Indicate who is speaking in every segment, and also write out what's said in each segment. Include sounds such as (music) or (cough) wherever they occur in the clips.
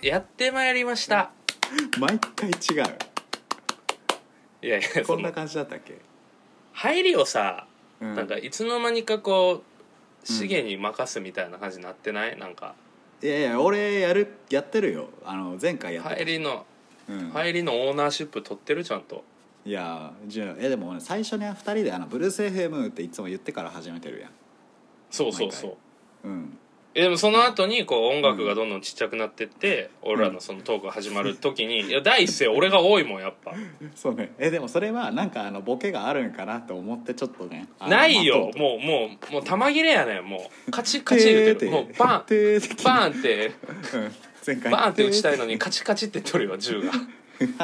Speaker 1: やってまいりました
Speaker 2: 毎回違う
Speaker 1: (laughs) いやいや
Speaker 2: こ
Speaker 1: そ
Speaker 2: ん
Speaker 1: の
Speaker 2: な感じだったっけ、
Speaker 1: 入りをさ、
Speaker 2: う
Speaker 1: なんかいつの間にかこう資源に任すみたいな感じになってないなんか
Speaker 2: いやいや俺やるやってるよあの前回やってた
Speaker 1: 入りの
Speaker 2: うん
Speaker 1: 入りのオーナーシップ取ってるちゃんと
Speaker 2: いやじゃあえでも俺最初ね2人であのブルース FM っていつも言ってから始めてるやん
Speaker 1: そうそうそう
Speaker 2: うん
Speaker 1: えでもその後にこう音楽がどんどんちっちゃくなってって、俺らのそのトークが始まる時に、いや第一声俺が多いもんやっぱ
Speaker 2: そうねえでもそれはなんかあのボケがあるんかなと思ってちょっとねあの
Speaker 1: ないよ
Speaker 2: 待とう
Speaker 1: もうもうもう玉切れやねんもうカチ
Speaker 2: と
Speaker 1: カチ言う
Speaker 2: て
Speaker 1: てる
Speaker 2: ー
Speaker 1: もうバン
Speaker 2: てーてー
Speaker 1: バーンって
Speaker 2: うん前回
Speaker 1: バーンって打ちたいのにカチカチって言っとるよ銃が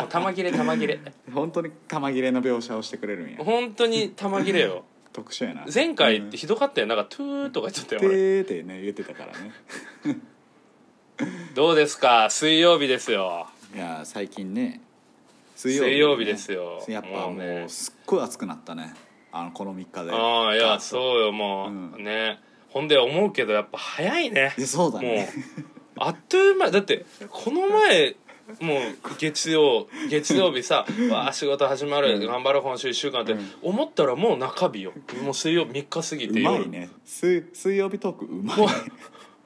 Speaker 1: もう玉切れ玉切れ
Speaker 2: 本当に玉切れの描写をしてくれるんや
Speaker 1: 本当に玉切れよ
Speaker 2: 特殊やな
Speaker 1: 前回っ
Speaker 2: うん
Speaker 1: てひどかったよなんかトゥーとか言っちゃっ
Speaker 2: て
Speaker 1: たよ俺
Speaker 2: ーってね言ってたからね
Speaker 1: どうですか水曜日ですよ
Speaker 2: いや最近ね水
Speaker 1: 水曜日ですよ
Speaker 2: やっぱ
Speaker 1: もう
Speaker 2: も
Speaker 1: ね
Speaker 2: うすっごい暑くなったねあのこの3日で
Speaker 1: ああいや
Speaker 2: う
Speaker 1: そうよもう、
Speaker 2: うん
Speaker 1: ねほんで思うけどやっぱ早いね
Speaker 2: いやそうだ
Speaker 1: もう
Speaker 2: ね
Speaker 1: あっという間だってこの前もう月曜月曜日
Speaker 2: (laughs)
Speaker 1: さ「わあ仕事始まる、
Speaker 2: うん
Speaker 1: 頑張ろう今週1週間」って
Speaker 2: うん
Speaker 1: 思ったらもう中日よもう水曜3日過ぎ
Speaker 2: う
Speaker 1: て
Speaker 2: ま
Speaker 1: 夜
Speaker 2: いね水水曜日トークうまい
Speaker 1: もう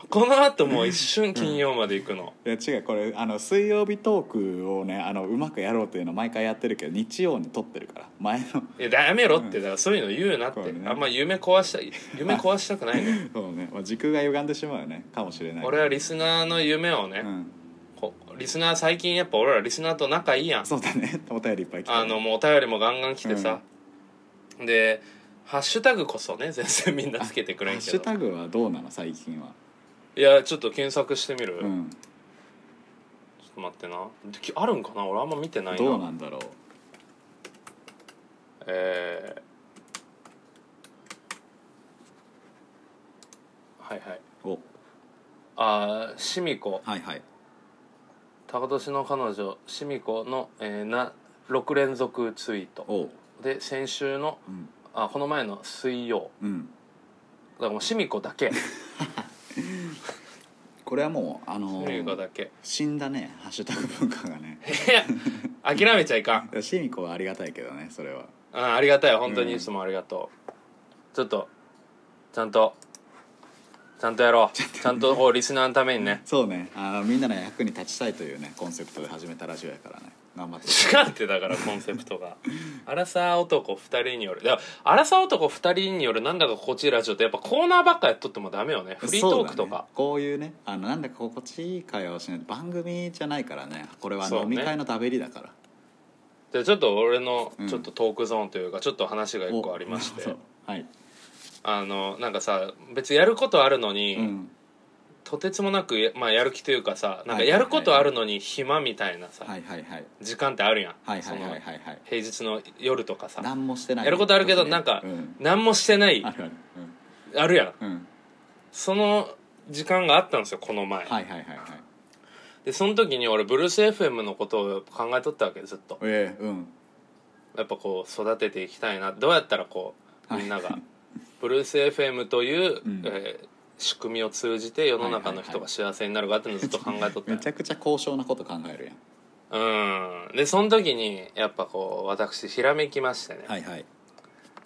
Speaker 1: この後もう一瞬金曜まで行くの、
Speaker 2: いや違うこれあの水曜日トークをねあのうまくやろうというの毎回やってるけど日曜に撮ってるから前の
Speaker 1: いややめろってだからそういうの言うなって、
Speaker 2: そうね
Speaker 1: あんま夢壊したい夢壊したくないね
Speaker 2: そうね、まあ、時空が歪んでしまうよねかもしれない
Speaker 1: 俺はリスナーの夢をね、
Speaker 2: うん
Speaker 1: こリスナー最近やっぱ俺らリスナーと仲いいやん
Speaker 2: そうだね (laughs) お便りいっぱい来て
Speaker 1: あのもうお便りもガンガン来てさ、でハッシュタグこそね全然みんなつけて
Speaker 2: ハ
Speaker 1: くれん
Speaker 2: ッ
Speaker 1: け
Speaker 2: シュ
Speaker 1: ど
Speaker 2: タグはどうなの最近はい
Speaker 1: やちょっと検索してみる、
Speaker 2: う
Speaker 1: ちょ
Speaker 2: ん
Speaker 1: っと待ってなできあるんかな俺あんま見てないな
Speaker 2: どうなんだろう
Speaker 1: えーはいはい
Speaker 2: お
Speaker 1: あーシミコ
Speaker 2: はいはい
Speaker 1: 高年の彼女シミコの、えーな6連続ツイート
Speaker 2: おう
Speaker 1: で先週の
Speaker 2: うん
Speaker 1: あこの前の水曜
Speaker 2: うん
Speaker 1: だからもうシミコだけシ
Speaker 2: これはもうあの
Speaker 1: ミコだけ (laughs)
Speaker 2: 死んだねハッシュタグ文化がね
Speaker 1: 諦めちゃいかん
Speaker 2: シミコはありがたいけどねそれは
Speaker 1: あありがたい本当
Speaker 2: う
Speaker 1: に
Speaker 2: ん
Speaker 1: いつもありがとう、ちょっとちゃんとちゃんとやろうちゃんとこうリスナーのためにね
Speaker 2: そうねあのみんなの役に立ちたいというねコンセプトで始めたラジオやからね頑張って
Speaker 1: 違うってだからコンセプトがアラサー男2人によるだからアラサー男2人によるなんだか心地いいラジオってやっぱコーナーばっかやっとってもダメよねフリートークと
Speaker 2: そうだ
Speaker 1: か
Speaker 2: ね、こういうねあのなんだか心地いい会話をしないと番組じゃないからねこれは
Speaker 1: そう
Speaker 2: 飲
Speaker 1: ね
Speaker 2: み会のだべりだから、
Speaker 1: でちょっと俺の
Speaker 2: うん
Speaker 1: ちょっとトークゾーンというかちょっと話が
Speaker 2: お
Speaker 1: 1個ありまして、
Speaker 2: そう (laughs) はい、
Speaker 1: あのなんかさ別にやることあるのに、
Speaker 2: うん、
Speaker 1: とてつもなくや,、まあ、やる気というかさな
Speaker 2: はいは
Speaker 1: んか
Speaker 2: いはい
Speaker 1: やることあるのに暇みたいなさ、
Speaker 2: はいはいはい
Speaker 1: 時間ってあるやん、
Speaker 2: はいはいはいはい
Speaker 1: その
Speaker 2: はい
Speaker 1: 平日の夜とかさ
Speaker 2: 何もしてない
Speaker 1: やることあるけど
Speaker 2: 時ね
Speaker 1: なんか
Speaker 2: うん、
Speaker 1: 何もしてない
Speaker 2: あるある
Speaker 1: あるやん
Speaker 2: うん、うん、
Speaker 1: その時間があったんですよこの前、
Speaker 2: はいはいはいはい
Speaker 1: でその時に俺ブルース FM のことを考えとったわけずっと
Speaker 2: ええうん
Speaker 1: やっぱこう育てていきたいなどうやったらこう
Speaker 2: はい
Speaker 1: みんなが、ブルース FM という、
Speaker 2: うん
Speaker 1: えー仕組みを通じて世の中の人が幸せになるかっていうのをずっと考えとったん
Speaker 2: め
Speaker 1: や
Speaker 2: ちゃくちゃ高尚なこと考えるやん
Speaker 1: うんでその時にやっぱこう私ひらめきましてね、
Speaker 2: はいはい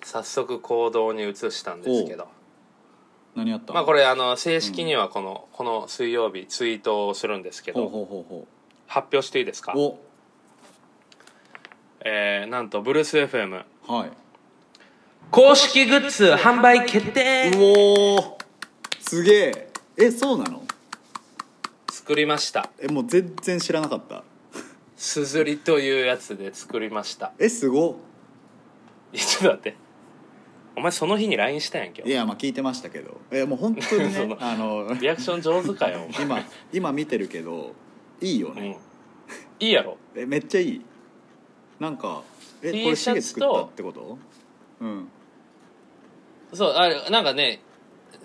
Speaker 1: 早速行動に移したんですけど
Speaker 2: 何やった
Speaker 1: まあこれあの正式にはこの、この水曜日ツイートをするんですけ
Speaker 2: ほう
Speaker 1: ど
Speaker 2: ほうほうほ
Speaker 1: 発表していいですか、
Speaker 2: う
Speaker 1: えー、なんとブルース FM
Speaker 2: おはい
Speaker 1: 公式グッズ販売決定
Speaker 2: うおーすげええそうなの
Speaker 1: 作りました
Speaker 2: えもう全然知らなかった
Speaker 1: すずりというやつで作りました (laughs)
Speaker 2: えすごっ
Speaker 1: いやちょっと待ってお前その日に LINE したやん今
Speaker 2: い
Speaker 1: 日
Speaker 2: やまあ聞いてましたけどえもう本当に
Speaker 1: (laughs) そ
Speaker 2: ね
Speaker 1: の
Speaker 2: あの
Speaker 1: リアクション上手か
Speaker 2: (laughs)
Speaker 1: よお前
Speaker 2: 今今見てるけどいいよ
Speaker 1: うん
Speaker 2: ね、
Speaker 1: いいやろ
Speaker 2: えめっちゃいいなんかえ
Speaker 1: T
Speaker 2: これ
Speaker 1: シャ
Speaker 2: シゲ
Speaker 1: ツ
Speaker 2: 作
Speaker 1: と
Speaker 2: ったってことうん
Speaker 1: そうあれなんかね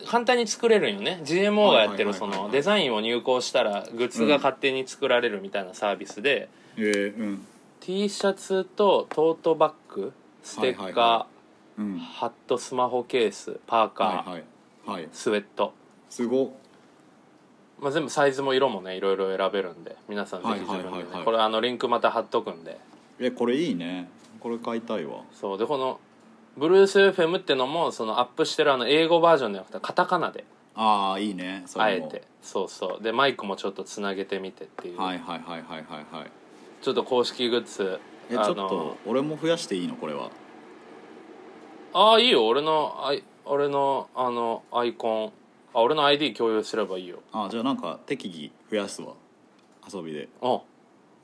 Speaker 1: 簡単に作れるんよね GMO がやってる
Speaker 2: はいはい
Speaker 1: そ
Speaker 2: はいはい
Speaker 1: のデザインを入稿したらグッズが勝手に作られるみたいなサービスで、
Speaker 2: えー、うん
Speaker 1: T シャツとトートバッグステッカー、
Speaker 2: はいはうん
Speaker 1: ハットスマホケースパーカー、
Speaker 2: はいはいはい
Speaker 1: スウェット
Speaker 2: すごっ
Speaker 1: まあ、全部サイズも色もねいろいろ選べるんで皆さんぜひ自分で、ね
Speaker 2: はいはいはいはい
Speaker 1: これあのリンクまた貼っとくんで
Speaker 2: えこれいいねこれ買いたいわ
Speaker 1: そうでこのブルース FM ってのもそのアップしてるあの英語バージョンじゃなくてカタカナで
Speaker 2: ああいいねそ
Speaker 1: あ
Speaker 2: れ
Speaker 1: え
Speaker 2: も
Speaker 1: てそうそうでマイクもちょっとつなげてみてっていう、
Speaker 2: はいはいはいはいはいはい
Speaker 1: ちょっと公式グッズ
Speaker 2: えちょっと俺も増やしていいのこれは
Speaker 1: ああいいよ俺のあい俺のあのアイコンあ俺の ID 共有すればいいよ
Speaker 2: あじゃあなんか適宜増やすわ遊びで
Speaker 1: うん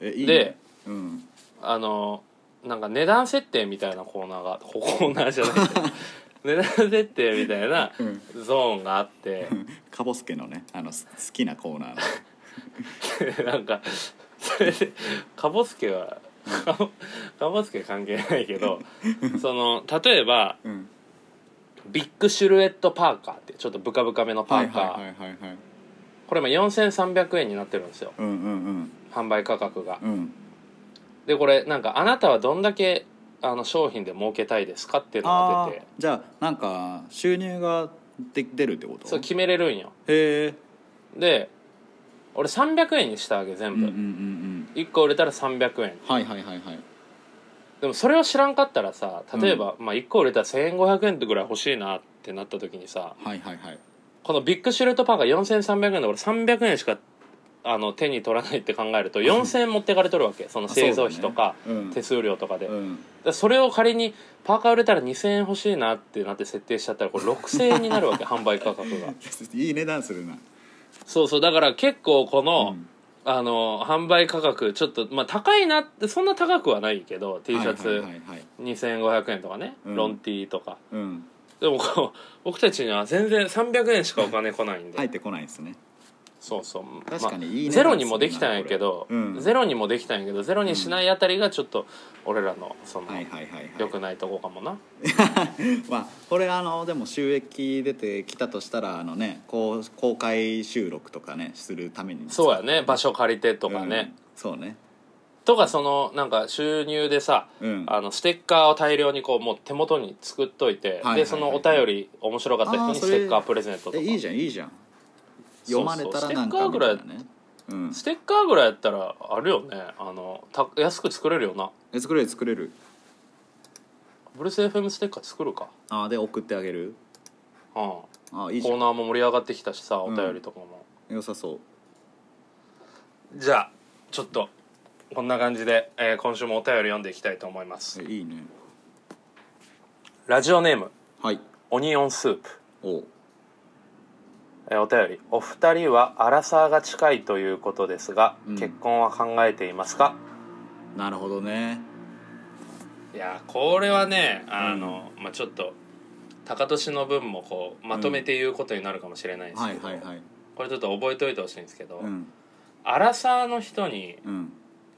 Speaker 2: えいいね
Speaker 1: で
Speaker 2: うん (laughs)
Speaker 1: あのなんか値段設定みたいなコーナーがコーナーじゃない
Speaker 2: (laughs)
Speaker 1: 値段設定みたいな
Speaker 2: うん
Speaker 1: ゾーンがあって
Speaker 2: かぼすけのねあのす好きなコー
Speaker 1: (laughs)
Speaker 2: ナーの
Speaker 1: で (laughs) なんかそれでかぼすけは (laughs) かぼかぼすけ関係ない
Speaker 2: (laughs)
Speaker 1: けどその例えば
Speaker 2: うん
Speaker 1: ビッグシルエットパーカーってちょっとブカブカめのパ
Speaker 2: はい
Speaker 1: ーカー、
Speaker 2: はいはいはいはい
Speaker 1: これも4300円になってるんですよ
Speaker 2: うんうんうん
Speaker 1: 販売価格が
Speaker 2: うん
Speaker 1: でこれなんかあなたはどんだけあの商品で儲けたいですかっていうのが
Speaker 2: あ
Speaker 1: 出て
Speaker 2: ーじゃあなんか収入がで出るってこと
Speaker 1: そう決めれるんよ
Speaker 2: へえ
Speaker 1: で俺300円にしたわけ
Speaker 2: う
Speaker 1: 全
Speaker 2: んうん
Speaker 1: 部、
Speaker 2: うんうん
Speaker 1: 1個売れたら300円
Speaker 2: はいはいはいはい
Speaker 1: でもそれを知らんかったらさ例えば、まあ、1個売れたら1500円ぐらい欲しいなってなった時にさ
Speaker 2: はいはいはい
Speaker 1: このビッグシルエットパーカー4300円で俺300円しかあの手に取らないって考え
Speaker 2: (laughs)
Speaker 1: ると4000円持ってかれとるわけその製造費とか、
Speaker 2: そうだねうん
Speaker 1: 手数料とかで、だか
Speaker 2: うん
Speaker 1: らそれを仮にパーカー売れたら2000円欲しいなってなって設定しちゃったらこれ6000円になるわ
Speaker 2: (laughs)
Speaker 1: け販売価格が
Speaker 2: いい値段するな
Speaker 1: そうそうだから結構こ
Speaker 2: う
Speaker 1: の、
Speaker 2: ん
Speaker 1: あの販売価格ちょっとまあ高いなってそんな高くはないけど T シャ
Speaker 2: はい
Speaker 1: ツ
Speaker 2: はいはいはい
Speaker 1: 2500円とかね、
Speaker 2: うん
Speaker 1: ロン T とか
Speaker 2: うん
Speaker 1: でもこう僕たちには全然300円しかお金来ないんで、
Speaker 2: 入ってこないですね
Speaker 1: そうそう
Speaker 2: 確かにいいね
Speaker 1: まあ、ゼロにもできたんやけど、
Speaker 2: これうん
Speaker 1: ゼロにもできたんやけどゼロにしないあたりがちょっと俺らのその、
Speaker 2: はいはいはいはい
Speaker 1: 良くないとこかもな
Speaker 2: まあこれあのでも収益出てきたとしたらあのねこう公開収録とかねするために
Speaker 1: そうやね場所借りてとかね、
Speaker 2: うんそうね
Speaker 1: とかそのなんか収入でさ、
Speaker 2: うん
Speaker 1: あのステッカーを大量にこうもう手元に作っといて、
Speaker 2: はいはい
Speaker 1: でそのお便り面白かった人
Speaker 2: あー
Speaker 1: に
Speaker 2: そ
Speaker 1: ス
Speaker 2: れ
Speaker 1: テッカープレゼントとか
Speaker 2: えいいじゃんいいじゃん読まれたらなん
Speaker 1: そ
Speaker 2: か
Speaker 1: うそう
Speaker 2: みたいなねうん
Speaker 1: ステッカーぐらいやったらあるよねあのた安く作れるよな
Speaker 2: え作れる作れる
Speaker 1: ブルース FM ステッカー作るか、
Speaker 2: あーで送ってあげる
Speaker 1: うん、
Speaker 2: あーいいじ
Speaker 1: コ
Speaker 2: ゃ
Speaker 1: ー
Speaker 2: ん
Speaker 1: ナーも盛り上がってきたしさお便りとかも、
Speaker 2: 良さそう
Speaker 1: じゃあちょっとこんな感じで、えー今週もお便り読んでいきたいと思います
Speaker 2: えいいね
Speaker 1: ラジオネーム
Speaker 2: はい
Speaker 1: オニオンスープ
Speaker 2: お
Speaker 1: えーお便りお二人はアラサーが近いということですが、
Speaker 2: うん
Speaker 1: 結婚は考えていますか
Speaker 2: なるほどね
Speaker 1: いやーこれはねあの、まあ、ちょっと高年の分もこうまとめて言うことになるかもしれないんです
Speaker 2: は
Speaker 1: け
Speaker 2: い
Speaker 1: ど、
Speaker 2: はいはい
Speaker 1: これちょっと覚えといてほしいんですけど、
Speaker 2: うん
Speaker 1: アラサーの人に
Speaker 2: うん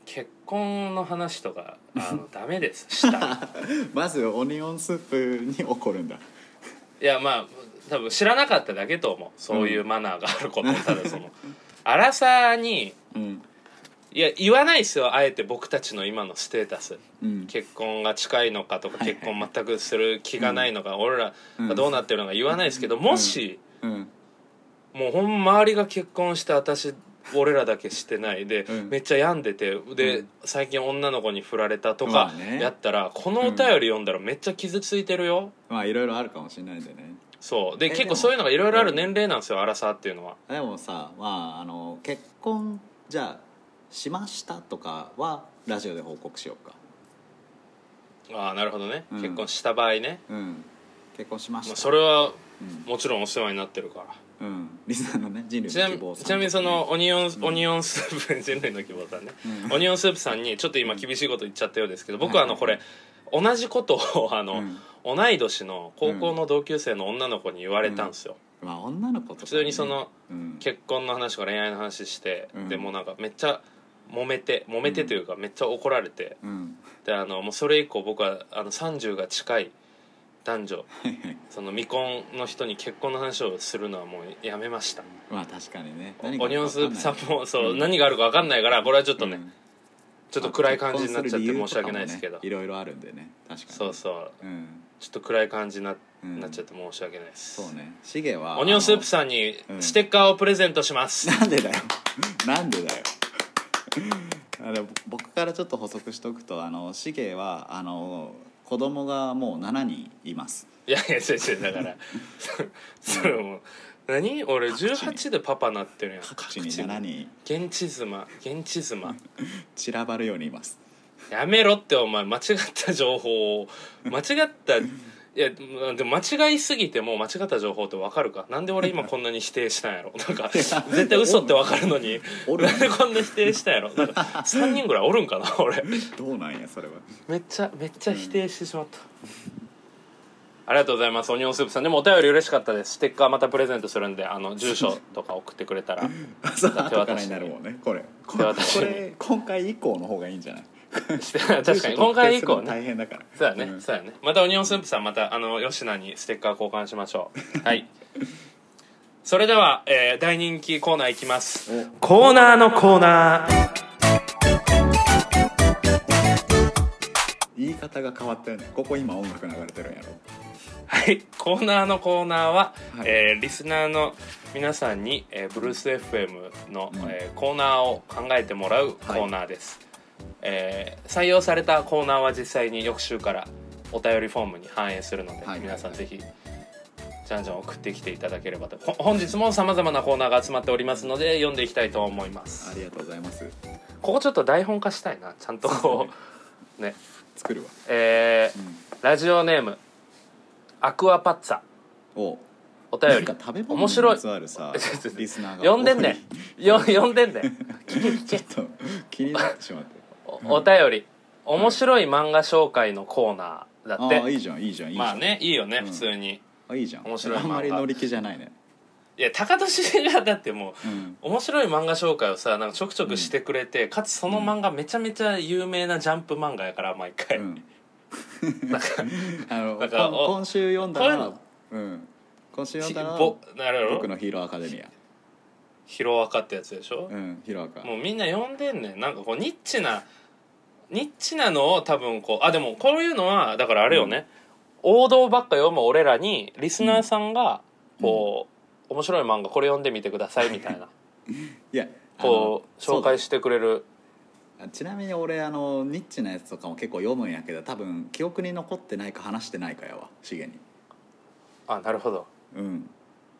Speaker 1: 結婚の話とかあ (laughs) のダメですしたら
Speaker 2: まずオニオンスープに怒るんだ
Speaker 1: いやまあ多分知らなかっただけと思うそういうマナーがあること、ただそのアラサーに
Speaker 2: うん
Speaker 1: いや言わないですよあえて僕たちの今のステータス
Speaker 2: うん
Speaker 1: 結婚が近いのかとか
Speaker 2: はいはい
Speaker 1: 結婚全くする気がないのか、俺ら
Speaker 2: う
Speaker 1: が
Speaker 2: ん
Speaker 1: どうなってるのか言わないですけど、もし、
Speaker 2: うん
Speaker 1: もうほんま周りが結婚して私俺らだけしてないで、
Speaker 2: うん
Speaker 1: めっちゃ病んでてで、
Speaker 2: うん
Speaker 1: 最近女の子に振られたと
Speaker 2: ま
Speaker 1: か
Speaker 2: あね
Speaker 1: やったら、このお便り読んだらめっちゃ傷ついてるよ。
Speaker 2: まあいろいろあるかもしれないんでね
Speaker 1: そうで
Speaker 2: え
Speaker 1: 結
Speaker 2: で
Speaker 1: 構
Speaker 2: も
Speaker 1: そういうのがいろいろある
Speaker 2: うん
Speaker 1: 年齢なんですよ、アラサーっていうのは。
Speaker 2: でもさまああの結婚じゃあしましたとかはラジオで報告しようか
Speaker 1: ああなるほどね、
Speaker 2: うん
Speaker 1: 結婚した場合ね、
Speaker 2: うん結婚しました、
Speaker 1: まあ、それ
Speaker 2: う
Speaker 1: は
Speaker 2: ん
Speaker 1: もちろんお世話になってるから
Speaker 2: うんリスナーのね人類
Speaker 1: ち
Speaker 2: の
Speaker 1: な
Speaker 2: 希
Speaker 1: み
Speaker 2: 望さん
Speaker 1: ちなみにそのオニオン、オニオンスープ人類の希望さんね、
Speaker 2: うん
Speaker 1: オニオンスープさんにちょっと今厳しいこと言っちゃったようですけど僕はあの
Speaker 2: はい
Speaker 1: こ
Speaker 2: はいは
Speaker 1: れ同じことを (laughs) あの、
Speaker 2: うん
Speaker 1: 同い年の高校の同級生の女の子に言われたんですよ、
Speaker 2: まあ女の子とか、
Speaker 1: 普通にその、
Speaker 2: うん、
Speaker 1: 結婚の話とか恋愛の話して、
Speaker 2: うん
Speaker 1: でもうなんかめっちゃ揉めて揉めてというかめっちゃ怒られて、
Speaker 2: うん (laughs)
Speaker 1: であのもうそれ以降僕はあの30が近い男女
Speaker 2: はいはい
Speaker 1: その未婚の人に結婚の話をするのはもうやめました
Speaker 2: まあ確かにね
Speaker 1: オニオンスープさんもそう、
Speaker 2: うん
Speaker 1: 何があるか分かんないからこれはちょっとね、ちょっと暗い感じになっちゃって申し訳ないですけど、
Speaker 2: いろいろあるんでね確かに
Speaker 1: そうそ
Speaker 2: う
Speaker 1: う
Speaker 2: ん
Speaker 1: ちょっと暗い感じにな,、
Speaker 2: うん
Speaker 1: なっちゃって申し訳ないです
Speaker 2: そうねシゲは
Speaker 1: オニオンスープ
Speaker 2: ん
Speaker 1: さんに
Speaker 2: うん
Speaker 1: ステッカーをプレゼント
Speaker 2: (laughs)
Speaker 1: します、
Speaker 2: なんでだよなんでだよあれ僕からちょっと補足しておくとあのシゲはあの子供がもう7人います
Speaker 1: いやいや違う違うだからそそれもう何俺
Speaker 2: 各地に
Speaker 1: 18でパパなってるやん
Speaker 2: 各地に7人
Speaker 1: 現地妻現地妻
Speaker 2: 散らばるようにいます
Speaker 1: やめろってお前間違った情報を間違ったいやでも間違いすぎてもう間違った情報ってわかるかなんで俺今こんなに否定したんやろなんか絶対嘘ってわかるのに
Speaker 2: おる
Speaker 1: なんでこんな否定したんやろなんか3人ぐらいおるんかな俺
Speaker 2: どうなんやそれ
Speaker 1: (laughs)
Speaker 2: は
Speaker 1: めっちゃめっちゃ否定してしまった、ありがとうございますオニオンスープさんでもお便り嬉しかったですステッカーまたプレゼントするんであの住所とか送ってくれたら
Speaker 2: そう (laughs) 後からになるもんねこれこ
Speaker 1: 手
Speaker 2: れ
Speaker 1: 渡しに
Speaker 2: 今回以降の方がいいんじゃない
Speaker 1: して (laughs) 確かに今回
Speaker 2: 住所特定す
Speaker 1: 以降
Speaker 2: るの
Speaker 1: ね
Speaker 2: 大変だから
Speaker 1: そうやね、
Speaker 2: ん
Speaker 1: そうやねまたオニオンスープさんまたあの吉野にステッカー交換しましょ
Speaker 2: (laughs)
Speaker 1: うはいそれでは、えー大人気コーナーいきます
Speaker 2: お
Speaker 1: コーナーのコーナー
Speaker 2: 言い方が変わったよねここ今音楽流れてるんやろ
Speaker 1: はいコーナーのコーナーは、
Speaker 2: はい
Speaker 1: えーリスナーの皆さんに、えーブルース FM の、
Speaker 2: うん
Speaker 1: えーコーナーを考えてもらうコーナーです、えー採用されたコーナーは実際に翌週からお便りフォームに反映するので、
Speaker 2: はいはい
Speaker 1: 皆さんぜひじゃんじゃん送ってきていただければとほ本日もさまざまなコーナーが集まっておりますので読んでいきたいと思いま
Speaker 2: あ
Speaker 1: す
Speaker 2: りがとうございます
Speaker 1: ここちょっと台本化したいなちゃんとこうね
Speaker 2: 作るわ
Speaker 1: えーラジオネームアクアパッツァ
Speaker 2: お
Speaker 1: お便
Speaker 2: なん
Speaker 1: り
Speaker 2: か食べ物
Speaker 1: 面白い
Speaker 2: にまつわる
Speaker 1: (laughs)
Speaker 2: さ
Speaker 1: ちょっと
Speaker 2: リスナーが
Speaker 1: 呼ん
Speaker 2: (laughs)
Speaker 1: でんねんよ (laughs) 呼んでんねん (laughs) 聞け聞け
Speaker 2: ちょっと気になってしまって
Speaker 1: おお便り面白い漫画紹介のコーナー
Speaker 2: (laughs)
Speaker 1: だ
Speaker 2: あ
Speaker 1: って
Speaker 2: あいいじゃんいいじゃんいいじゃん
Speaker 1: まあねいいよね、
Speaker 2: うん
Speaker 1: 普通に
Speaker 2: あいいじゃん
Speaker 1: 面白い漫
Speaker 2: あ
Speaker 1: 画
Speaker 2: んまり乗り気じゃないね
Speaker 1: いや高年がだってもう
Speaker 2: うん
Speaker 1: 面白い漫画紹介をさなんかちょくちょくしてくれて、かつその漫画めちゃめちゃ有名なジャンプ漫画やから毎回、
Speaker 2: うん
Speaker 1: (laughs)
Speaker 2: (laughs) あの
Speaker 1: だから
Speaker 2: こん
Speaker 1: お
Speaker 2: 今週読んだ
Speaker 1: こういう
Speaker 2: ら
Speaker 1: の
Speaker 2: うん今週
Speaker 1: ち
Speaker 2: 読んだら
Speaker 1: ぼなるほ
Speaker 2: 僕
Speaker 1: ど
Speaker 2: のヒーローアカデミア
Speaker 1: ヒロアカってやつでしょ、
Speaker 2: うんヒーローアカ
Speaker 1: もうみんな呼んでんねんなんかこうニッチなニッチなのを多分こうあでもこういうのはだからあれよね、王道ばっか読む俺らにリスナーさんがこう、面白い漫画これ読んでみてくださいみたいな
Speaker 2: いや
Speaker 1: こう
Speaker 2: あの
Speaker 1: 紹介してくれる
Speaker 2: そうだちなみに俺あのニッチなやつとかも結構読むんやけど多分記憶に残ってないか話してないかやわしげに
Speaker 1: あなるほど
Speaker 2: うん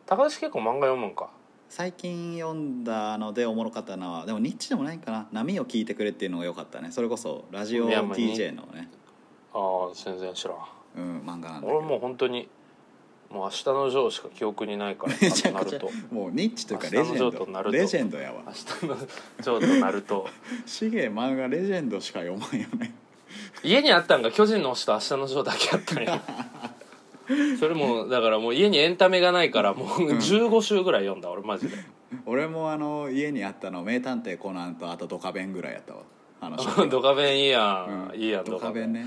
Speaker 1: 高橋結構漫画読むんか
Speaker 2: 最近読んだのでおもろかったのはでもニッチでもないかな「波を聞いてくれ」っていうのが良かったねそれこそラジオ
Speaker 1: いやまあ
Speaker 2: DJ のね、
Speaker 1: ああ全然知らん
Speaker 2: うん、漫画なんだけど
Speaker 1: 俺もう本当にもう明日のジョーしか記憶にない (laughs) から
Speaker 2: (laughs) めちゃ
Speaker 1: な
Speaker 2: くち
Speaker 1: る
Speaker 2: ゃ
Speaker 1: と
Speaker 2: もうニッチというかレジ
Speaker 1: 明日の
Speaker 2: ェ
Speaker 1: ジョーと
Speaker 2: ン
Speaker 1: ナ
Speaker 2: ド
Speaker 1: ルト
Speaker 2: レジェンドやわ
Speaker 1: 明日のジョーとなると
Speaker 2: シゲ漫画レジェンドしか読まんよね (laughs)
Speaker 1: 家にあったんが巨人の星と明日のジョーだけあった
Speaker 2: (laughs)
Speaker 1: んやそれもだからもう家にエンタメがないからもう15週ぐらい読んだ俺マジで
Speaker 2: 俺もあの家にあったの「名探偵コナン」とあと「ドカベン」ぐらいやったわ話
Speaker 1: (laughs) ドカベンいいやん、
Speaker 2: うん
Speaker 1: いいやん
Speaker 2: ドカベンね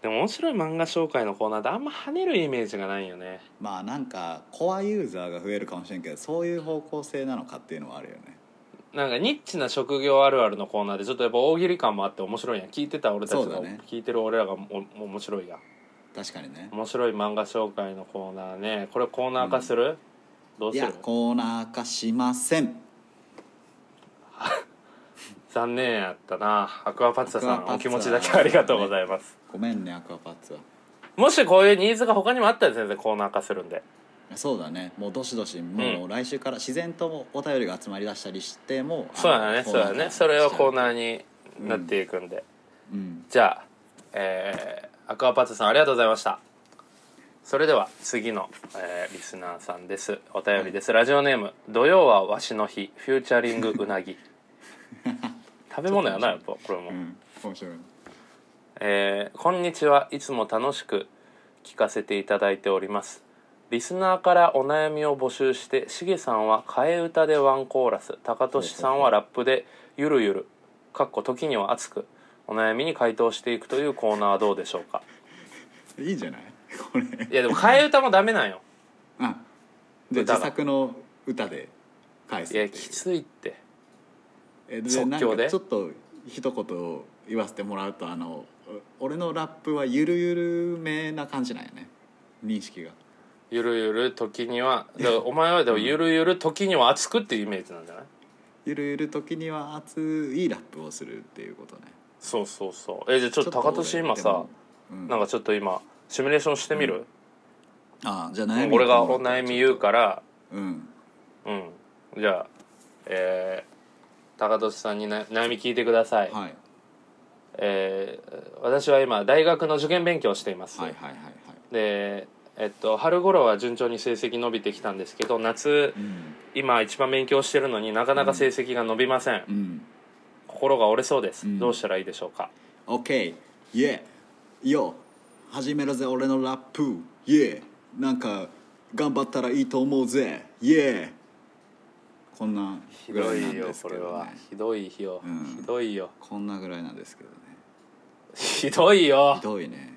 Speaker 1: でも面白い漫画紹介のコーナーであんま跳ねるイメージがないよね
Speaker 2: まあなんかコアユーザーが増えるかもしれんけどそういう方向性なのかっていうのはあるよね
Speaker 1: なんかニッチな職業あるあるのコーナーでちょっとやっぱ大喜利感もあって面白いやん聞いてた俺た
Speaker 2: そ
Speaker 1: ち
Speaker 2: う
Speaker 1: が、
Speaker 2: だね
Speaker 1: 聞いてる俺らがもも面白いやん
Speaker 2: 確かにね
Speaker 1: 面白い漫画紹介のコーナーねこれコーナー化する、どう
Speaker 2: い
Speaker 1: す
Speaker 2: や
Speaker 1: る
Speaker 2: コーナー化しません
Speaker 1: 残念やったなアクアパッツァさ
Speaker 2: アクアパッ
Speaker 1: んお
Speaker 2: ツァ
Speaker 1: 気持ちだけありがとうございます
Speaker 2: ごめんねアクアパッツは
Speaker 1: もしこういうニーズが他にもあったら全然コーナー化するんで
Speaker 2: そうだねもうどしどしもう来週から自然とお便りが集まりだしたりしてもあの
Speaker 1: そうだねそうだねそれはコーナーになっていくんで、
Speaker 2: うん
Speaker 1: じゃあえーアクアパッツァさんありがとうございましたそれでは次の、えーリスナーさんですお便りです、ラジオネーム「土曜はわしの日フューチャリングうな (laughs) ぎ」食べ物やなやっぱこれも、
Speaker 2: うん面白い
Speaker 1: えーこんにちはいつも楽しく聞かせていただいておりますリスナーからお悩みを募集してしげさんは替え歌でワンコーラス高俊さんはラップでゆるゆるかっこ時には熱くお悩みに回答していくというコーナーはどうでしょうか
Speaker 2: いいんじゃない (laughs) これ
Speaker 1: いやでも替え歌もダメなんよ
Speaker 2: あで
Speaker 1: 歌が
Speaker 2: 自作の歌で返す
Speaker 1: いやきついって
Speaker 2: え
Speaker 1: 即
Speaker 2: な
Speaker 1: 興で
Speaker 2: んかちょっと一言言わせてもらうとあの俺のラップはゆるゆるめな感じなんやね認識が
Speaker 1: ゆるゆる時にはだからお前はでもゆるゆる時には熱くっていうイメージなんじゃない
Speaker 2: ゆるゆる時には熱いラップをするっていうことね
Speaker 1: そうそうそうえじゃあちょっと高俊今さ、
Speaker 2: うん、
Speaker 1: なんかちょっと今シミュレーションしてみる、
Speaker 2: ああじゃあ悩み
Speaker 1: 俺がお悩み言うから
Speaker 2: うん
Speaker 1: うんじゃあえー、高俊さんにな悩み聞いてください、
Speaker 2: はい
Speaker 1: えー私は今大学の受験勉強をしています、
Speaker 2: はいはいはいはい
Speaker 1: でえっと春頃は順調に成績伸びてきたんですけど夏
Speaker 2: うん
Speaker 1: 今一番勉強してるのになかなか成績が伸びません、
Speaker 2: うん
Speaker 1: 心が折れそうです、
Speaker 2: うん
Speaker 1: どうしたらいいでしょうか
Speaker 2: OK イエーよ始めるぜ俺のラップイエーなんか頑張ったらいいと思うぜイエーこんな
Speaker 1: ひ
Speaker 2: ぐら
Speaker 1: ど
Speaker 2: いなん
Speaker 1: いよ
Speaker 2: です
Speaker 1: こ
Speaker 2: け
Speaker 1: れ
Speaker 2: ど、
Speaker 1: は
Speaker 2: ね、
Speaker 1: ひどいよ、
Speaker 2: うん
Speaker 1: ひどいよ
Speaker 2: こんなぐらいなんですけどね
Speaker 1: ひどいよ
Speaker 2: ひどいね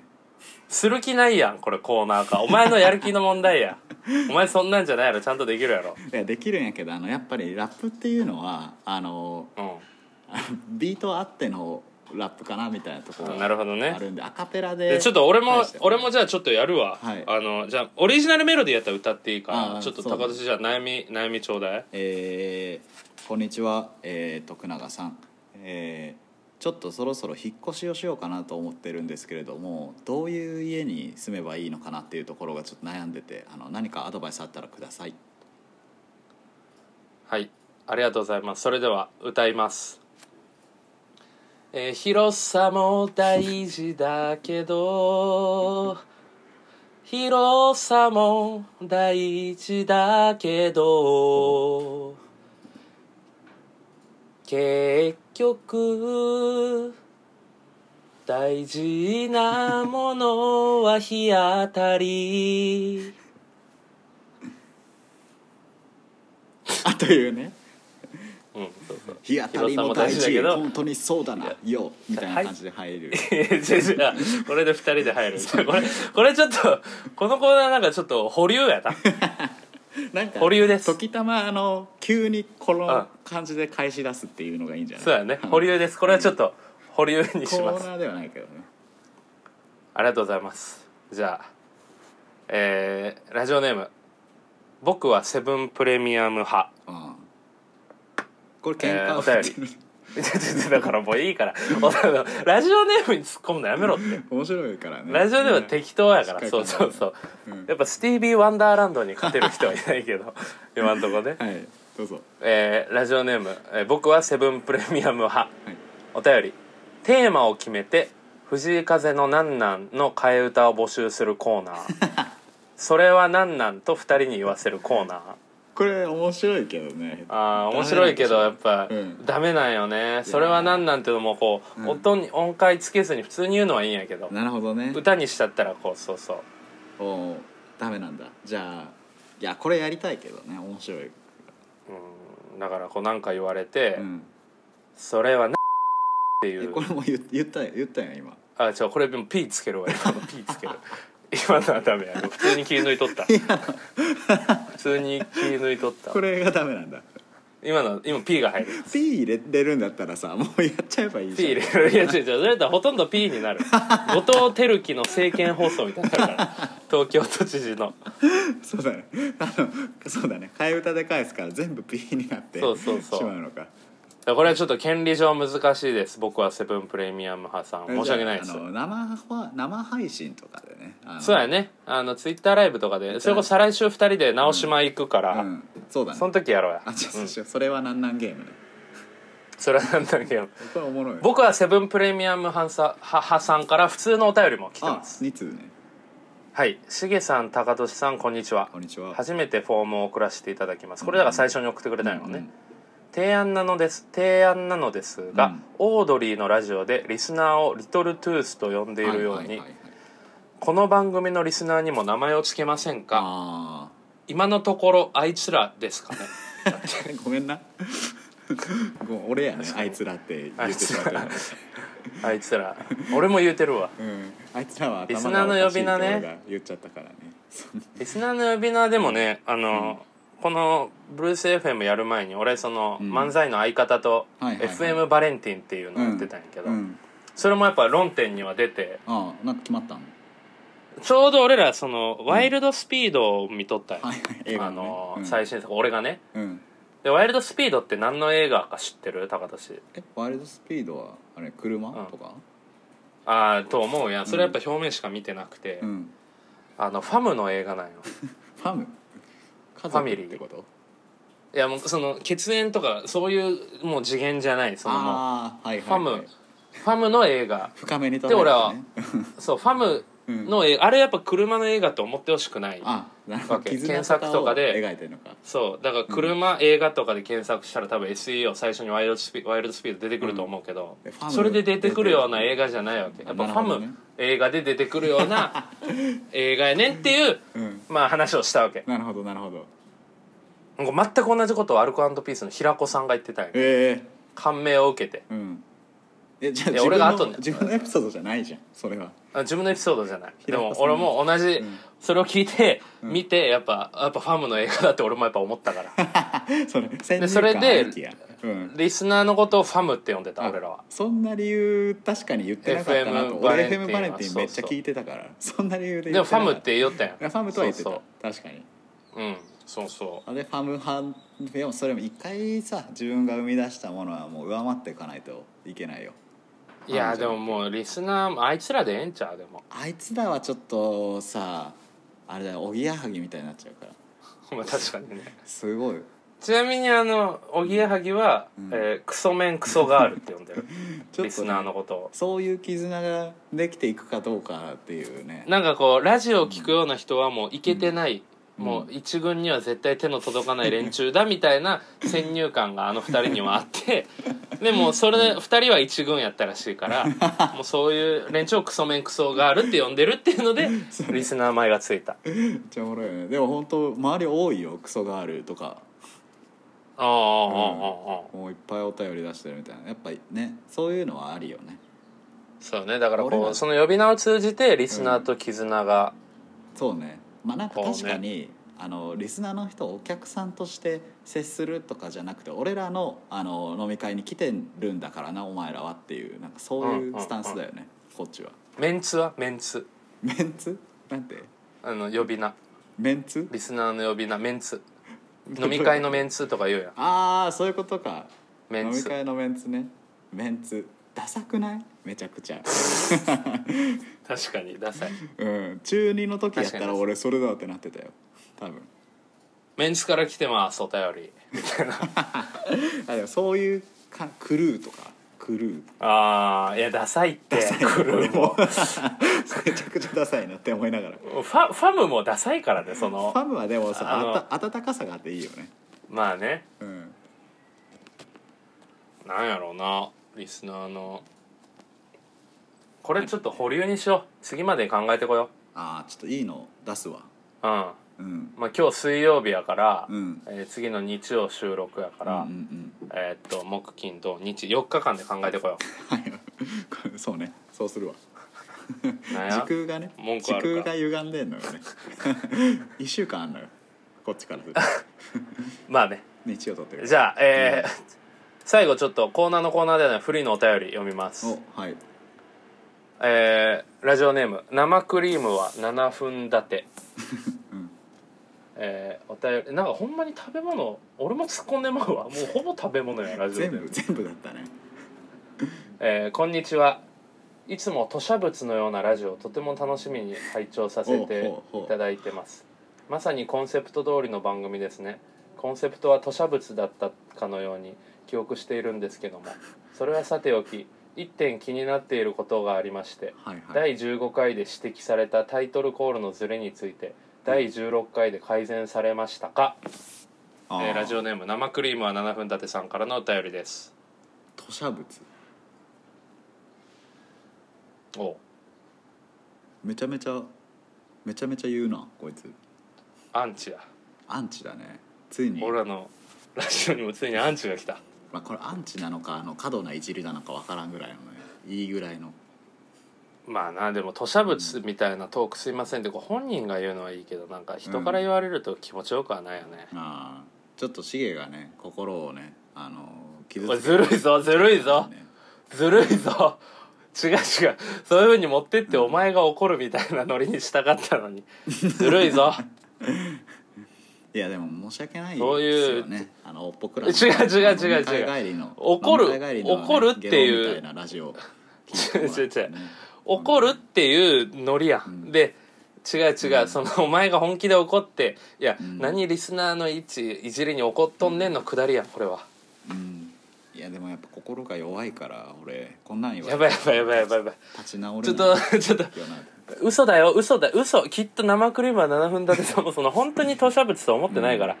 Speaker 1: する気ないやんこれコーナーかお前のやる気の問題
Speaker 2: (laughs)
Speaker 1: やお前そんなんじゃないやろちゃんとできるやろ
Speaker 2: いやできるんやけどあのやっぱりラップっていうのはあの
Speaker 1: う
Speaker 2: あのビートあってのラップかなみたいなところ
Speaker 1: んなるほどね
Speaker 2: あるんでアカペラ
Speaker 1: で
Speaker 2: で
Speaker 1: ちょっと俺も、
Speaker 2: 大して
Speaker 1: 俺もじゃあちょっとやるわ、
Speaker 2: はい
Speaker 1: あのじゃあオリジナルメロディーやったら歌っていいか
Speaker 2: あ
Speaker 1: ら
Speaker 2: ー
Speaker 1: ちょっと
Speaker 2: そうだ
Speaker 1: 高年じゃあ悩み悩みちょうだい
Speaker 2: えーこんにちは、えー徳永さん、えーちょっとそろそろ引っ越しをしようかなと思ってるんですけれどもどういう家に住めばいいのかなっていうところがちょっと悩んでてあの何かアドバイスあったらください (laughs)
Speaker 1: はいありがとうございますそれでは歌います、えー広さも大事だけど広さも大事だけど結局大事なものは日当たり
Speaker 2: あというね
Speaker 1: うんそうそう
Speaker 2: 日当たりも大事
Speaker 1: 広さも大事だけど
Speaker 2: 本当にそうだなよみたいな感じで入
Speaker 1: (laughs)
Speaker 2: る、
Speaker 1: いや違う違うこれで二人で入るこれこれちょっとこのコーナーなんかちょっと保留やな
Speaker 2: なんか
Speaker 1: 保留です
Speaker 2: 時たまあの急にこ
Speaker 1: うん
Speaker 2: の感じで返し出すっていうのがいいんじゃない
Speaker 1: そうやね保留ですこれはちょっと保留に
Speaker 2: コ
Speaker 1: しま
Speaker 2: ー
Speaker 1: す
Speaker 2: ナーではないけどね
Speaker 1: ありがとうございますじゃあえー、ラジオネーム僕はセブンプレミアム派
Speaker 2: うんこれ喧
Speaker 1: えー
Speaker 2: 嘩
Speaker 1: お
Speaker 2: を (laughs)
Speaker 1: 便りちょちょちょだからもういいからおあのラジオネームに突っ込むのやめろって
Speaker 2: 面白いからね
Speaker 1: ラジオでは適当やから、
Speaker 2: ね
Speaker 1: そうそうそう、
Speaker 2: うん
Speaker 1: やっぱスティービー・ワンダーランドに勝てる人はいないけど今んとこね
Speaker 2: はいどうぞ
Speaker 1: えーラジオネーム、えー僕はセブンプレミアム派
Speaker 2: はい
Speaker 1: お便りテーマを決めて藤井風の「なんなん」の替え歌を募集するコ
Speaker 2: (laughs)
Speaker 1: ーナーそれはなんなんと二人に言わせるコーナー
Speaker 2: これ面白いけどね
Speaker 1: あー面白いけどやっぱ、
Speaker 2: うん
Speaker 1: ダメなんよねそれはなんなんっていうのもこう、音に音階つけずに普通に言うのはいいんやけど
Speaker 2: なるほどね
Speaker 1: 歌にしちゃったらこうそうそう
Speaker 2: おーダメなんだじゃあいやこれやりたいけどね面白い、
Speaker 1: うんだからこうなんか言われて、
Speaker 2: うん、
Speaker 1: それはなってい
Speaker 2: え
Speaker 1: う
Speaker 2: これも言言ったよ言ったよ今
Speaker 1: あ、違う、これでも P つけるわ、今の P つける。 (laughs) 今のはダメやろ。普通に切り抜いとった。普通に切り抜いとった
Speaker 2: こ。れがダメなんだ
Speaker 1: 今の、今 P が入る。
Speaker 2: P 入れれるんだったらさもうやっちゃえばいい
Speaker 1: P
Speaker 2: じゃ
Speaker 1: 入
Speaker 2: ん
Speaker 1: れる。いや、違う違う。それだったらほとんど P になる。後藤輝樹の政見放送みたいになるから。東京都知事の。
Speaker 2: そうだね (laughs) あのそうだね替え歌で返すから全部 P になって
Speaker 1: そうそうそう
Speaker 2: しまうのか
Speaker 1: これはちょっと権利上難しいです。僕はセブンプレミアム派さん。申し訳ないです
Speaker 2: あ。の生は生配信とかでねあの
Speaker 1: そうやね。あの、ツイッターライブとかで、それこそ再来週二人で直島行くから、
Speaker 2: うん、そうだね
Speaker 1: その時やろうや。
Speaker 2: あ違う
Speaker 1: う
Speaker 2: 違
Speaker 1: ん
Speaker 2: う違うそれはなんなんゲームね
Speaker 1: それはなんだけど。
Speaker 2: これおもろい
Speaker 1: 僕はセブンプレミアムハンサは派さんから普通のお便りも来て
Speaker 2: あ
Speaker 1: ます
Speaker 2: 二通ね
Speaker 1: はいしげさん高俊さんこんにちは
Speaker 2: こんにちは
Speaker 1: 初めてフォームを送らせていただきますこれだから最初に送ってくれたのね、
Speaker 2: うん
Speaker 1: 提案なのです提案なのですが、
Speaker 2: うん
Speaker 1: オードリーのラジオでリスナーをリトルトゥースと呼んでいる
Speaker 2: はい
Speaker 1: ように、
Speaker 2: はいはいはい
Speaker 1: この番組のリスナーにも名前を付けませんか
Speaker 2: あ
Speaker 1: 今のところあいつらですかね
Speaker 2: ー (laughs) ごめんなごめん俺やねあいつらって (laughs) 言ってしまった
Speaker 1: (laughs)
Speaker 2: よね
Speaker 1: あいつら俺も言うてるわ
Speaker 2: うんあいつらは
Speaker 1: リス
Speaker 2: 頭
Speaker 1: ナー
Speaker 2: が
Speaker 1: の
Speaker 2: お
Speaker 1: 呼
Speaker 2: かしい
Speaker 1: び
Speaker 2: って
Speaker 1: 名ね
Speaker 2: 俺が言っちゃったからね
Speaker 1: リスナーの呼び名でもねあの、このブルース FM やる前に俺その
Speaker 2: うん
Speaker 1: 漫才の相方と
Speaker 2: はいはいはい
Speaker 1: FM バレンティンっていうのをやってたんやけど、
Speaker 2: うん、
Speaker 1: それもやっぱ論点には出て
Speaker 2: ああなんか決まったん
Speaker 1: ちょうど俺らそのワイルドスピードを見とったんや、
Speaker 2: はいはい映画
Speaker 1: あ
Speaker 2: の、ね
Speaker 1: のー
Speaker 2: うん、
Speaker 1: 最新作俺がね
Speaker 2: うん
Speaker 1: でワイルドスピードって何の映画か知ってる高俊
Speaker 2: えワイルドスピードはあれ車、
Speaker 1: うん
Speaker 2: とか
Speaker 1: ああと思うやんそれやっぱ表面しか見てなくて、
Speaker 2: うん
Speaker 1: あのファムの映画なんよ
Speaker 2: ファム家
Speaker 1: ファ
Speaker 2: 族
Speaker 1: ミ
Speaker 2: っ
Speaker 1: リー
Speaker 2: てこと
Speaker 1: いやもうその血縁とかそういうもう次元じゃないそのもう
Speaker 2: ああはい
Speaker 1: ファ
Speaker 2: はい、
Speaker 1: ム、
Speaker 2: はい、
Speaker 1: ファムの映画
Speaker 2: 深めに捉え
Speaker 1: で俺は
Speaker 2: ね、
Speaker 1: そうファムの映画、あれやっぱ車の映画と思ってほしくない
Speaker 2: あなるほ
Speaker 1: わ
Speaker 2: ど
Speaker 1: け
Speaker 2: 絆
Speaker 1: 検索とかで
Speaker 2: を描いてるのか
Speaker 1: そうだから車、映画とかで検索したら多分 SEO 最初にワイルドスピワイルドスピード出てくると思うけど、
Speaker 2: うんファム
Speaker 1: それで出てくるような映画じゃないわけやっぱファ
Speaker 2: なる
Speaker 1: ム、
Speaker 2: ほどね
Speaker 1: 映画で出てくるよう
Speaker 2: (laughs)
Speaker 1: な映画やねんっていう、
Speaker 2: うん
Speaker 1: まあ、話をしたわけ
Speaker 2: なるほどなるほど
Speaker 1: なんか全く同じことをアルコピースの平子さんが言ってたんよ
Speaker 2: え
Speaker 1: 感銘を受けて
Speaker 2: えうんえじゃあ自
Speaker 1: いや
Speaker 2: 分
Speaker 1: 俺が
Speaker 2: の
Speaker 1: 後で
Speaker 2: 自分のエピソードじゃないじゃんそれは (laughs)
Speaker 1: あ自分のエピソードじゃないで
Speaker 2: 平子さん
Speaker 1: も俺も同じ、それを聞いて、見てやっぱやっぱファムの映画だって俺もやっぱ思ったから
Speaker 2: それ先
Speaker 1: それで
Speaker 2: うん
Speaker 1: リスナーのことをファムって呼んでた俺らは
Speaker 2: そんな理由確かに言ってなかったなと
Speaker 1: FM
Speaker 2: 俺
Speaker 1: バレンティン
Speaker 2: FM バレンティンめっちゃ
Speaker 1: そうそう
Speaker 2: 聞いてたから (laughs) そんな理由で
Speaker 1: で
Speaker 2: 言
Speaker 1: も
Speaker 2: っ
Speaker 1: フ
Speaker 2: てなかっ
Speaker 1: ァ
Speaker 2: た
Speaker 1: ムって言ったやん
Speaker 2: いやファムとは言ってた
Speaker 1: そう
Speaker 2: 確かに
Speaker 1: そううんそうそ
Speaker 2: あれファム派でもそれも一回さ自分が生み出したものはもう上回っていかないといけないよ
Speaker 1: ういやでももうリスナーもあいつらでええんちゃうで
Speaker 2: (laughs)
Speaker 1: も
Speaker 2: あいつらはちょっとさあれだよおぎやはぎみたいになっちゃうから
Speaker 1: まあ確かにね
Speaker 2: すごい
Speaker 1: ちなみにあのおぎやはぎは、
Speaker 2: うん
Speaker 1: えークソメンクソガールって呼んでる
Speaker 2: (laughs) ちょっとね
Speaker 1: リスナーのことを
Speaker 2: そういう絆ができていくかどうかっていうね
Speaker 1: なんかこうラジオを聞くような人はもういけてな
Speaker 2: う
Speaker 1: い、
Speaker 2: ん
Speaker 1: もう一軍には絶対手の届かない連中だみたいな先入観があの二人にはあって (laughs) でもそれで二人は一軍やったらしいからもうそういう連中をクソメンクソガールって呼んでるっていうの (laughs) でリスナー前がついた
Speaker 2: めっちゃおもろいよねでも本当周り多いよクソガールとか
Speaker 1: ああああああ
Speaker 2: もういっぱいお便り出してるみたいなやっぱねそういうのはあるよね
Speaker 1: そうねだから
Speaker 2: 俺
Speaker 1: こ
Speaker 2: ら
Speaker 1: うその呼び名を通じてリスナーと絆が、
Speaker 2: そうねまあなんか
Speaker 1: そうね
Speaker 2: 確かに、あのリスナーの人をお客さんとして接するとかじゃなくて俺らのあの飲み会に来てるんだからなお前らはっていうなんかそうい
Speaker 1: んうんう
Speaker 2: うんスタンスだよね、こっちは
Speaker 1: メンツはメンツ
Speaker 2: メンツなんて
Speaker 1: あの呼び名
Speaker 2: メンツ
Speaker 1: リスナーの呼び名メンツ飲み会のメンツとか言うやん
Speaker 2: ああそういうことか
Speaker 1: メンツ
Speaker 2: 飲み会のメンツねメンツダサくないめちゃくちゃ (laughs)
Speaker 1: 確かにダサい
Speaker 2: うん中二の時やった
Speaker 1: 確からに
Speaker 2: 俺それだってなってたよ多分
Speaker 1: メンツから来てますお便り
Speaker 2: あでもそういうかクルーとかクルー
Speaker 1: ああいやダサいってクル
Speaker 2: (laughs)
Speaker 1: ーも
Speaker 2: めちゃくちゃダサいなって思いながらフ
Speaker 1: ファファムもダサいからねその
Speaker 2: ァムはでもさ
Speaker 1: あの
Speaker 2: あた温かさがあっていいよね
Speaker 1: まあね
Speaker 2: うん
Speaker 1: なんやろうなリスナーのこれちょっと保留にしよう次までに考えてこよ
Speaker 2: ああちょっといいの出すわ
Speaker 1: ううん
Speaker 2: うん
Speaker 1: まあ今日水曜日やから、
Speaker 2: うん
Speaker 1: えー次の日曜収録やか
Speaker 2: うんう
Speaker 1: ら、
Speaker 2: んうん
Speaker 1: えーっと木金土日4日間で考えてこよ
Speaker 2: はい (laughs) これそうねそうするわ
Speaker 1: うなん
Speaker 2: 時
Speaker 1: や
Speaker 2: 空がね
Speaker 1: 文句
Speaker 2: 時
Speaker 1: あ
Speaker 2: 空
Speaker 1: るか
Speaker 2: が歪んでんのよね
Speaker 1: (laughs)
Speaker 2: 一週間あんのよこっちからすると
Speaker 1: まあね
Speaker 2: 日曜撮ってる
Speaker 1: じゃあえー最後ちょっとコーナーのコーナーではないフリーのお便り読みます
Speaker 2: おはい
Speaker 1: えーラジオネーム生クリームは7分
Speaker 2: (laughs)
Speaker 1: 立て、えーお便りなんかほんまに食べ物俺も突っ込んでまうわもうほぼ食べ物や
Speaker 2: (laughs)
Speaker 1: ラジオ
Speaker 2: 全
Speaker 1: ネーム
Speaker 2: 部全部だったね
Speaker 1: えーこんにちはいつも吐砂物のようなラジオをとても楽しみに拝聴させて
Speaker 2: ほうほうほう
Speaker 1: いただいてますまさにコンセプト通りの番組ですねコンセプトは吐砂物だったかのように記憶しているんですけどもそれはさておき一点気になっていることがありまして
Speaker 2: はいはい
Speaker 1: 第15回で指摘されたタイトルコールのズレについて第16回で改善されましたか、
Speaker 2: あ
Speaker 1: えー
Speaker 2: ー
Speaker 1: ラジオネーム生クリームは7分立てさんからのお便りです
Speaker 2: 吐砂物
Speaker 1: おう
Speaker 2: めちゃめちゃめちゃめちゃ言うなこいつ
Speaker 1: アンチや
Speaker 2: アンチだねついに
Speaker 1: 俺らのラジオにもついにアンチが来た
Speaker 2: まあ、これアンチなのかあの過度ないじりなのかわからんぐらいのねいいぐらいの
Speaker 1: まあなでも吐砂物みたいなトークすいませんってこう本人が言うのはいいけどなんか人から言われると気持ちよくはないよね、
Speaker 2: あちょっとシゲがね心をねあの傷
Speaker 1: おい
Speaker 2: つ
Speaker 1: ずるいぞずるいぞ
Speaker 2: ね
Speaker 1: ずるいぞ違う違うそういうふうに持ってってお前が怒るみたいなノリにしたかった (laughs) のにずるいぞ
Speaker 2: いやでも申し訳ないです
Speaker 1: そういう
Speaker 2: よねあのおっぽくらの
Speaker 1: 違う違う違う違う
Speaker 2: 飲み会帰りの
Speaker 1: 怒る
Speaker 2: 飲み会帰りのね
Speaker 1: 怒るっていう
Speaker 2: ゲロみたいなラジオを聞いてもら
Speaker 1: (laughs)
Speaker 2: ってね
Speaker 1: 怒るっていうノリやん、
Speaker 2: うん
Speaker 1: で違う違う、そのお前が本気で怒っていや、
Speaker 2: うん
Speaker 1: 何リスナーの位置いじりに怒っとんねんのくだりやんこれは
Speaker 2: うんいやでもやっぱ心が弱いから俺こんなん言わ
Speaker 1: や
Speaker 2: れ
Speaker 1: ばい
Speaker 2: て
Speaker 1: やばいやばいやばいやばい
Speaker 2: 立ち直
Speaker 1: ち
Speaker 2: れ
Speaker 1: ょっ
Speaker 2: ない
Speaker 1: とちょっと
Speaker 2: よな
Speaker 1: 嘘だよ嘘だ嘘きっと生クリームは7分だけどその本当に投射物と思ってないから、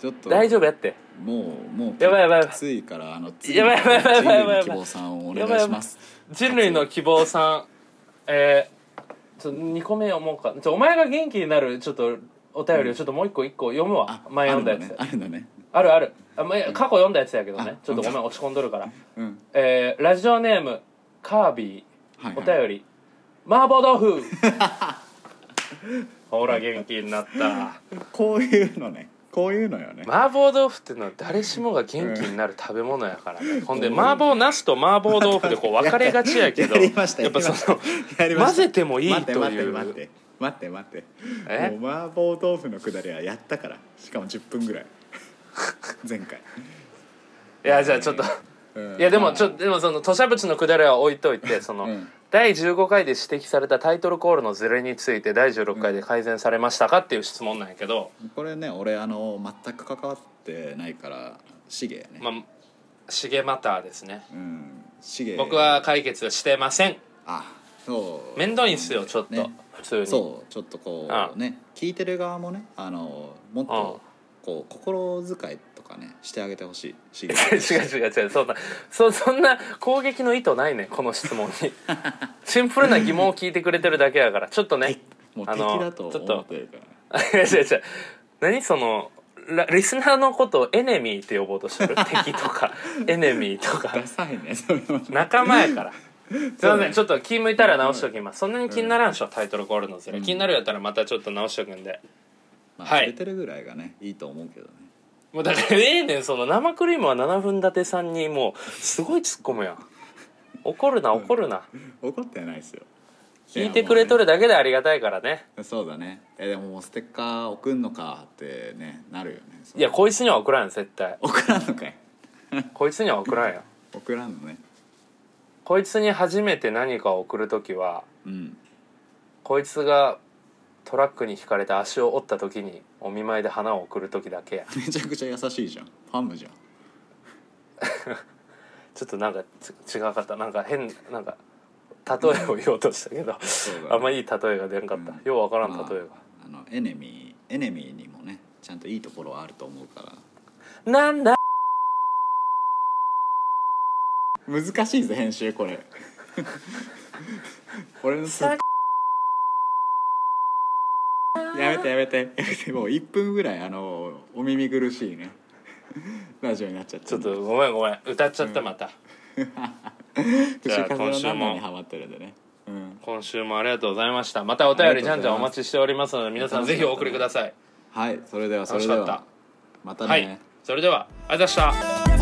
Speaker 2: ちょっと
Speaker 1: 大丈夫やって
Speaker 2: もうもう
Speaker 1: やばいやばいやばい
Speaker 2: きついからあの次
Speaker 1: やばいやばいやばいやばいやばい
Speaker 2: 希望さんをお願いします
Speaker 1: 人類の希望さんえー、ちょ2個目読もうかちょお前が元気になるちょっとお便りをちょっともう一個一個読むわ、前読んだやつ
Speaker 2: あるのね
Speaker 1: あるあるあ、まあ、過去読んだやつやけどね
Speaker 2: あ
Speaker 1: ちょっとごめん落ち込んどるから、
Speaker 2: あるのね
Speaker 1: えー、ラジオネームカービ
Speaker 2: うんはい
Speaker 1: ーお
Speaker 2: はい
Speaker 1: 便り麻婆
Speaker 2: (laughs)
Speaker 1: 豆腐ほら元気になった
Speaker 2: こういうのねこういうのよね
Speaker 1: 麻婆豆腐っていうのは誰しもが元気になる食べ物やから
Speaker 2: (laughs)
Speaker 1: ね、ほんで麻婆茄子と麻婆豆腐でこう分かれがちやけ
Speaker 2: (laughs)
Speaker 1: ど
Speaker 2: やりました
Speaker 1: やっぱ
Speaker 2: やりまし
Speaker 1: その
Speaker 2: (laughs) やりました
Speaker 1: 混ぜてもいいという
Speaker 2: 待って待って待って待って待って
Speaker 1: え
Speaker 2: もう麻婆豆腐のくだりはやったからしかも10分ぐ
Speaker 1: (laughs)
Speaker 2: らい前回
Speaker 1: いやじゃあちょっと
Speaker 2: うん
Speaker 1: いやでも
Speaker 2: あー
Speaker 1: ちょっとでもその吐砂物のくだりは置いといてその、
Speaker 2: うん
Speaker 1: 第15回で指摘されたタイトルコールのズレについて第16回で改善されましたかっていう質問なんやけど、
Speaker 2: これね俺あの全く関わってないからシゲやね、
Speaker 1: まあシゲマターですね、
Speaker 2: うんシゲ
Speaker 1: 僕は解決してません
Speaker 2: あそう
Speaker 1: 面倒いんすよちょっと、
Speaker 2: ね
Speaker 1: 普通に
Speaker 2: そうちょっとこ
Speaker 1: ああ
Speaker 2: うね聞いてる側もねあのもっとこう心遣いとかねしてあげてほしいシゲ
Speaker 1: (laughs) 違う違う違うそんなそそんな攻撃の意図ないねこの質問
Speaker 2: (laughs)
Speaker 1: にシンプルな疑問を聞いてくれてるだけやからちょっとね
Speaker 2: もう
Speaker 1: あ
Speaker 2: 敵
Speaker 1: の
Speaker 2: だと
Speaker 1: ちょっ
Speaker 2: 思っ
Speaker 1: と
Speaker 2: てるからね
Speaker 1: いや違う違う何そのラリスナーのことをエネミーって呼ぼうと (laughs) してる敵とかエネミーとか
Speaker 2: ダサいねそれは
Speaker 1: 仲間やからすいませんちょっと気向いたら
Speaker 2: うん
Speaker 1: 直しときますそんなに気にならんでしょタイトルコールのズレ気になるやったらまたちょっと直しとくんで
Speaker 2: ま
Speaker 1: は
Speaker 2: あ
Speaker 1: い
Speaker 2: 出てるぐらいがねいいと思うけどね
Speaker 1: もうだからええねんその生クリームは7分立てさんにもうすごい突っ込むやん怒るな怒るな
Speaker 2: 怒ってないですよ
Speaker 1: 聞いてくれと
Speaker 2: る
Speaker 1: るだけでありがたいからね
Speaker 2: そうだねえでももうステッカー送んのかってねなるよね
Speaker 1: いやこいつには送らんよ絶対
Speaker 2: 送らんのかい
Speaker 1: こいつには送らんよ
Speaker 2: 送らんのね
Speaker 1: こいつに初めて何かを送る時は
Speaker 2: うん
Speaker 1: こいつがトラックにひかれた足を折った時にお見舞いで花を送る時だけや
Speaker 2: めちゃくちゃ優しいじゃんファムじゃん
Speaker 1: ちょっとなんかち違かったなんか変なんか例えを言おうとしたけど
Speaker 2: そうだね
Speaker 1: あんまいい例えが出んかった、
Speaker 2: うん
Speaker 1: ようわからん例
Speaker 2: まあ
Speaker 1: えが、
Speaker 2: あのエネミーエネミーにもねちゃんといいところはあると思うから
Speaker 1: なんだ
Speaker 2: 難しいぜ編集これ (laughs) 俺のす
Speaker 1: さ
Speaker 2: やめてやめてやめてもう1分ぐらいあのお耳苦しいねラジオになっちゃって
Speaker 1: ちょっとごめんごめん歌っちゃったまた、じゃあ
Speaker 2: 口数の
Speaker 1: 今週も
Speaker 2: 生にハマってるんでねうん
Speaker 1: 今週もありがとうございましたまたお便
Speaker 2: あ
Speaker 1: り
Speaker 2: り
Speaker 1: じゃ
Speaker 2: がとう
Speaker 1: ん
Speaker 2: ございます
Speaker 1: じゃんお待ちしておりますので皆さんぜひお送りください
Speaker 2: はいそれではそれで
Speaker 1: 楽しか
Speaker 2: は
Speaker 1: っ
Speaker 2: またね、
Speaker 1: はいそれではありがとうございました